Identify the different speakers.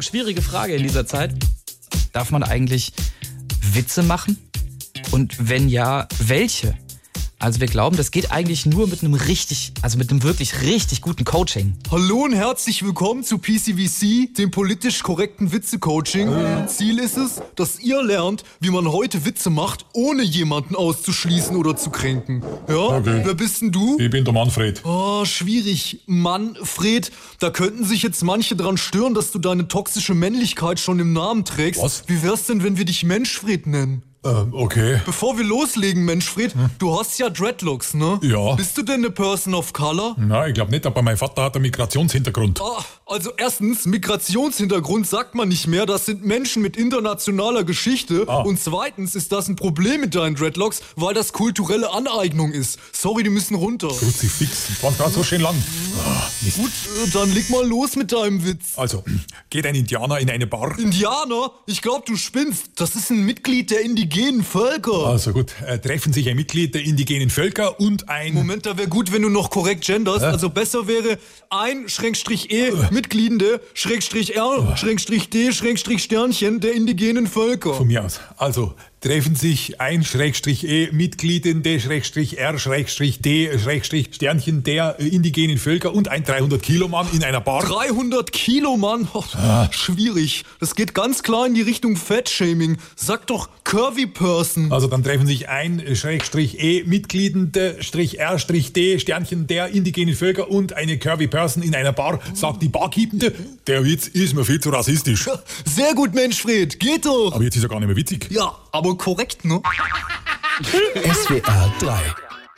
Speaker 1: schwierige Frage in dieser Zeit. Darf man eigentlich Witze machen? Und wenn ja, welche? Also wir glauben, das geht eigentlich nur mit einem richtig, also mit einem wirklich richtig guten Coaching.
Speaker 2: Hallo und herzlich willkommen zu PCVC, dem politisch korrekten Witze-Coaching. Ziel ist es, dass ihr lernt, wie man heute Witze macht, ohne jemanden auszuschließen oder zu kränken. Ja?
Speaker 3: Okay.
Speaker 2: Wer bist denn du?
Speaker 3: Ich bin der Manfred.
Speaker 2: Oh, schwierig. Manfred, da könnten sich jetzt manche dran stören, dass du deine toxische Männlichkeit schon im Namen trägst.
Speaker 3: Was?
Speaker 2: Wie wär's denn, wenn wir dich Menschfred nennen?
Speaker 3: Ähm, okay.
Speaker 2: Bevor wir loslegen, Menschfred, du hast ja Dreadlocks, ne?
Speaker 3: Hm. Ja.
Speaker 2: Bist du denn eine Person of Color?
Speaker 3: Na, ich glaube nicht, aber mein Vater hat einen Migrationshintergrund.
Speaker 2: Ah, also erstens, Migrationshintergrund sagt man nicht mehr, das sind Menschen mit internationaler Geschichte.
Speaker 3: Ah.
Speaker 2: Und zweitens ist das ein Problem mit deinen Dreadlocks, weil das kulturelle Aneignung ist. Sorry, die müssen runter.
Speaker 3: Kruzifix. Das war gerade so schön lang. Ah, Mist.
Speaker 2: Gut, äh, dann leg mal los mit deinem Witz.
Speaker 3: Also, geht ein Indianer in eine Bar?
Speaker 2: Indianer? Ich glaub, du spinnst. Das ist ein Mitglied der indigenen Völker.
Speaker 3: Also gut, äh, treffen sich ein Mitglied der indigenen Völker und ein...
Speaker 2: Moment, da wäre gut, wenn du noch korrekt genderst. Also besser wäre ein Schrägstrich E Mitgliedende Schrägstrich R Schrägstrich D Schrägstrich Sternchen der indigenen Völker.
Speaker 3: Von mir aus. Also, treffen sich ein Schrägstrich E Mitgliedende Schrägstrich R Schrägstrich D Schrägstrich Sternchen der äh, indigenen Völker und ein 300 Kilo Mann in einer Bar.
Speaker 2: 300 Kilo, Mann. Oh, Schwierig. Das geht ganz klar in die Richtung Fettshaming. Sag doch Curvy Person.
Speaker 3: Also dann treffen sich ein Schrägstrich E Mitgliedende Strich R Strich D Sternchen der indigenen Völker und eine Curvy Person in einer Bar, sagt die Barkeepende, der Witz ist mir viel zu rassistisch.
Speaker 2: Sehr gut, Menschfred. Geht doch.
Speaker 3: Aber jetzt ist er gar nicht mehr witzig.
Speaker 2: Ja, aber korrekt, ne?
Speaker 4: SWR 3